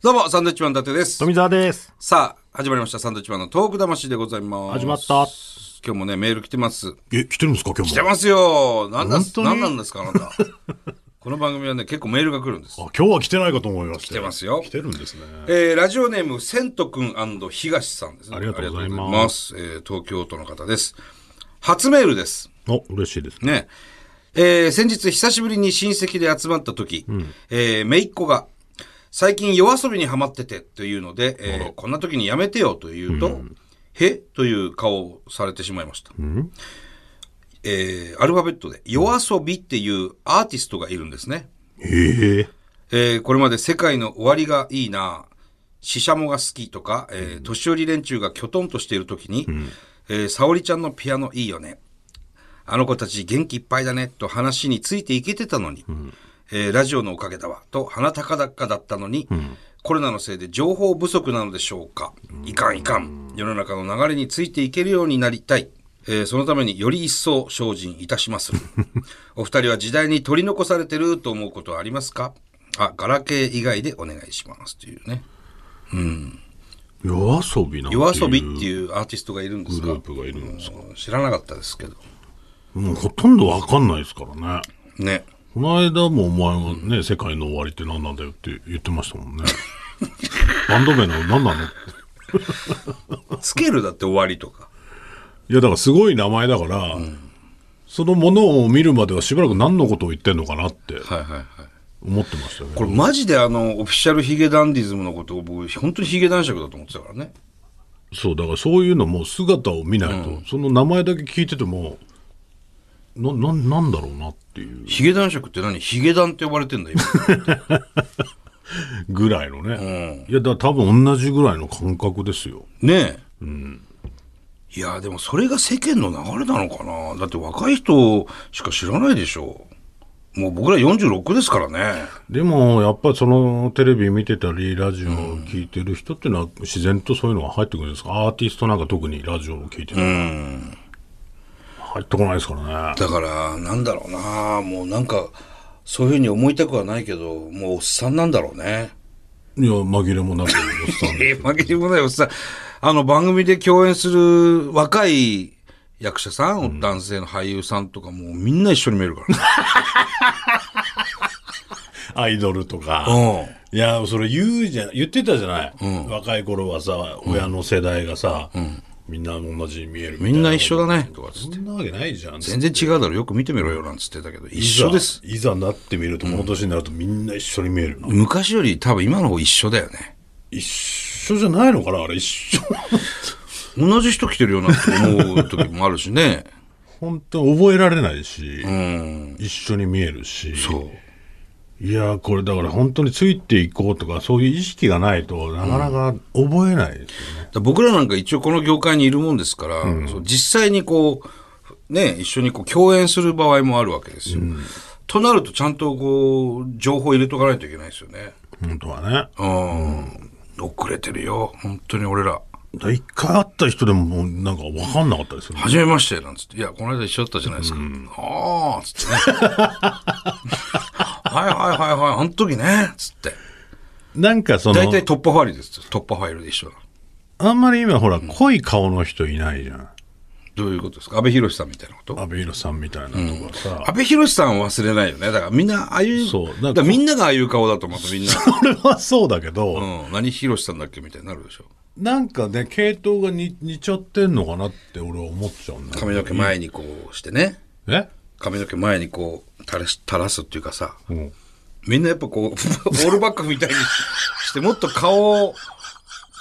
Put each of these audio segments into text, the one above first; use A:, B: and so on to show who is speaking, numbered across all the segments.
A: どうも、サンドウィッチマン伊達です。
B: 富澤です。
A: さあ、始まりました。サンドウィッチマンのトーク魂でございます。
B: 始まった。
A: 今日もね、メール来てます。
B: え、来てるんですか今
A: 来
B: 日
A: て
B: も。
A: ますよなんだ
B: 本、当に
A: なんなんですか、あな た。この番組はね、結構メールが来るんです。
B: あ、今日は来てないかと思いました。来
A: てますよ
B: 来てるんですね。
A: えー、ラジオネーム、セントくん東さんですね。
B: ありがとうござ
A: あ
B: います
A: りがとうございす。えー東京都の方です。初メールです。
B: お、嬉しいですね。
A: ね。えー先日久しぶりに親戚で集まった時、えー、姪っ子が、最近夜遊びにハマっててというので、えーこんな時にやめてよと言うと、へという顔をされてしまいました。えーアルファベットで、夜遊びっていうアーティストがいるんですね。
B: ええ
A: えーこれまで世界の終わりがいいな、シシャモが好きとか、えー年寄り連中がきょとんとしている時に、えー沙織ちゃんのピアノいいよね。あの子たち元気いっぱいだねと話についていけてたのに、えーラジオのおかげだわと鼻高々だったのに、コロナのせいで情報不足なのでしょうか。いかんいかん。世の中の流れについていけるようになりたい。えーそのためにより一層精進いたし まする。お二人は時代に取り残されてると思うことはありますかあ、ガラケー以外でお願いしますというね。
B: 夜遊びなんていう
A: 夜遊びっていうアーティストがいるんです
B: グ
A: が
B: ルー、プがいるんですか。
A: 知らなかったですけど。
B: もうほとんどわかんないですからね。
A: ね。
B: この間もお前がね、世界の終わりって何なんだよって言ってまし たもんね。バンド名なの何なのって
A: スケールだって終わりとか。
B: いや、だからすごい名前だから、そのものを見るまではしばらく何のことを言ってんのかなって
A: はいはいはい。
B: 思ってましたよね。
A: これマジであの、オフィシャルヒゲダンディズムのことを僕、本当にヒゲ男爵だと思ってたからね。
B: そうだからそういうのも姿を見ないと、その名前だけ聞いててもなななんだろうなっていう
A: ヒゲ男爵って何ヒゲダンって呼ばれてんだ、今。
B: ぐらいのね、いやだから多分同じぐらいの感覚ですよ
A: ねえ、いやでもそれが世間の流れなのかなだって若い人しか知らないでしょもう僕ら46ですからね
B: でもやっぱりそのテレビ見てたりラジオを聞いてる人っていうのは自然とそういうのが入ってくるんですかアーティストなんか特にラジオを聞いてる、入ってこないですからね
A: だからなんだろうなもうなんかそういうふうに思いたくはないけどもうおっさんなんだろうね
B: いや紛れもなくおっさん
A: えー、負けてもないおっさんあの番組で共演する若い役者さん、男性の俳優さんとかもうみんな一緒に見えるからね
B: アイドルとか、
A: うん
B: いやそれ言うじゃ言ってたじゃない、若い頃はさ親の世代がさ、みんな同じに見える
A: みんな一緒
B: だ
A: だねとかつって
B: そんなわけないじゃん
A: 全然違うだろよく見てみろよなんつってたけど一緒です
B: いざいざなってみるとこの年になるとみんな一緒に見えるな、
A: 昔より多分今の方一緒だよね。
B: 一緒じゃないのかなあれ一緒
A: 同じ人来てるよなって思う時もあるしね。
B: 本当覚えられないし、
A: うん。
B: 一緒に見えるし
A: そう。
B: いやこれだから本当についていこうとかそういう意識がないとなかなか覚えないです
A: だ
B: よね、
A: から僕らなんか一応この業界にいるもんですから、そう実際にこう、ね、一緒にこう共演する場合もあるわけですよ。となるとちゃんとこう、情報入れとかないといけないですよね。
B: 本当はね
A: うん。遅れてるよ。本当に俺ら。
B: だから一回会った人でももうなんか分かんなかったですよね
A: はじめまして、なんつって。いや、この間一緒だったじゃないですか。ああ、つってね。 はいはいはいはい、あの時ね、つって。
B: なんかその
A: 大体突破ファイルです。突破ファイルで一緒だ。
B: あんまり今ほら、濃い顔の人いないじゃん。
A: どういうことですか安倍博さんみたいなこと
B: 阿部寛さんみたいなとかさ。
A: 安倍博さんは忘れないよね。だからみんな、ああいう、
B: そう
A: だからみんながああいう顔だとまたみんな、
B: これはそうだけど、
A: うん、何博さんだっけみたいになるでしょ。
B: なんかね、系統がに似ちゃってんのかなって俺は思っちゃうんだよ
A: 髪の毛前にこうしてね。
B: え
A: 髪の毛前にこう垂らし、垂らすっていうかさ、
B: うん。
A: みんなやっぱこう、 オールバックみたいにして、もっと顔を、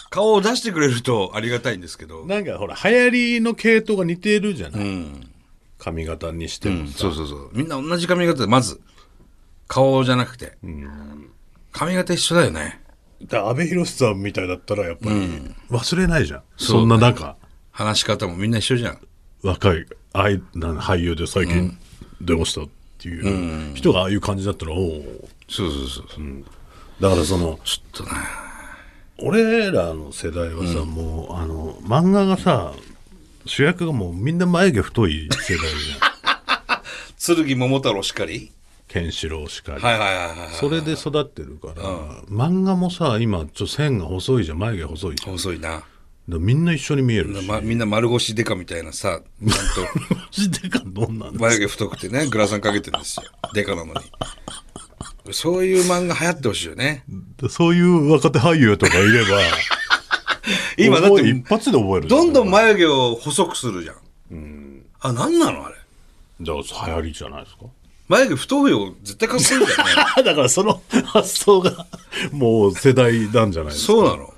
A: 顔を出してくれるとありがたいんですけど。
B: なんかほら、流行りの系統が似てるじゃない、
A: うん。
B: 髪型にしてもさ。
A: そうそうそう。みんな同じ髪型で、まず、顔じゃなくて。髪型一緒だよね。
B: だから阿部寛さんみたいだったらやっぱり忘れないじゃん。そんな中、
A: 話し方もみんな一緒じゃん。
B: 若いあいなん俳優で最近出ましたっていう人がああいう感じだったら、おお。
A: そうそうそう。
B: だからその、
A: ちょっとね。
B: 俺らの世代はさ、もうあの漫画がさ主役がもうみんな眉毛太い世代じゃん
A: 剣桃太郎しかり
B: ケンシロウしかり、
A: はいはいはいはい。
B: それで育ってるから、漫画もさ今ちょっと線が細いじゃん眉毛細いじゃんだか
A: 細いな。
B: らみんな一緒に見えるし
A: ま、みんな丸腰デカみたいなさ、ちゃんと
B: マジでかどんなんだ
A: 眉毛太くてね、 グラサンかけてるんですよ。デカなのに。そういう漫画流行ってほしいよね。
B: そういう若手俳優とかいれば
A: 今だっ
B: 覚え
A: て
B: 一、発で覚えるじゃ
A: どんどん眉毛を細くするじゃん。あ、なんなのあれ。
B: だから流行りじゃないですか
A: 眉毛太いよ、絶対かっこいいんだよね。
B: あだからその発想がもう世代なんじゃないですか
A: そうなの、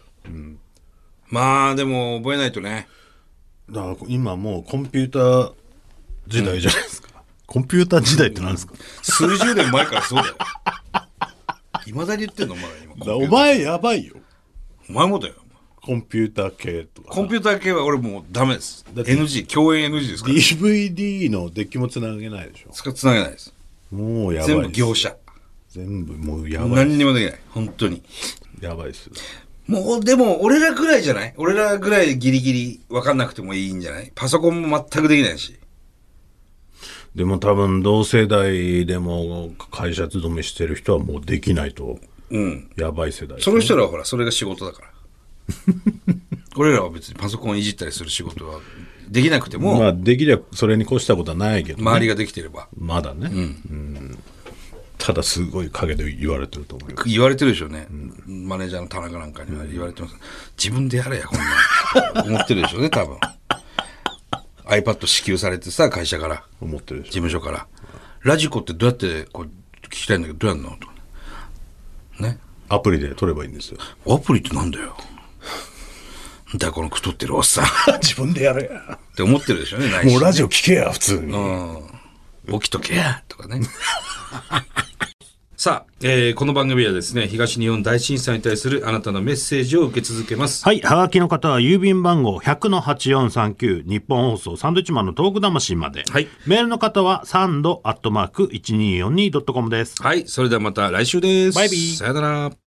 A: まあでも覚えないとね
B: だから今もうコンピューター時代じゃないですか、コンピューター時代って何ですか、
A: 数十年前からそうだよいまだに言ってんのお前今
B: だからお前やばいよ
A: お前もだよ
B: コンピューター系とか
A: コンピューター系は俺もうダメです
B: だって
A: NG 共演 NG ですから
B: DVD のデッキもつなげないでしょ
A: つかつなげないです
B: もうやばい
A: 全
B: っ
A: 部
B: す
A: 業者
B: 全部もうやばい
A: 何にもできない本当に
B: やばいっすよ
A: もうでも俺らぐらいじゃない俺らぐらいギリギリ分かんなくてもいいんじゃないパソコンも全くできないし
B: でも多分同世代でも会社勤めしてる人はもうできないと
A: うん
B: やばい世代です
A: そ
B: ね、
A: の人らはほらそれが仕事だ から俺らは別にパソコンいじったりする仕事はできなくても、
B: まあできりゃそれに越したことはないけど、ね、
A: 周りができてれば
B: まだね、うんただすごい陰で言われてると思うよ
A: 言われてるでしょうね、マネージャーの田中なんかには言われてます、自分でやれやこんなん思ってるでしょうね多分 iPad 支給されてさ会社から
B: 思ってるで
A: 事
B: しょ
A: 務所からラジコってどうやってこう聞きたいんだけどどうやんのとね
B: アプリで取ればいいんですよ
A: アプリってなんだよなんだよこの太ってるおっさんっ
B: 自分でやれや
A: て思ってるでしょうね内心
B: もうラジオ聞けや普通に、
A: 起きとけやとかね。 さあ、えーこの番組はですね、東日本大震災に対するあなたのメッセージを受け続けます。
B: はい。はがきの方は、郵便番号100-8439、日本放送、サンドイッチマンのトーク魂まで。
A: はい
B: メールの方は、サンドアットマーク 1242.com です。
A: はい、それではまた来週です。
B: バイビー
A: さよなら。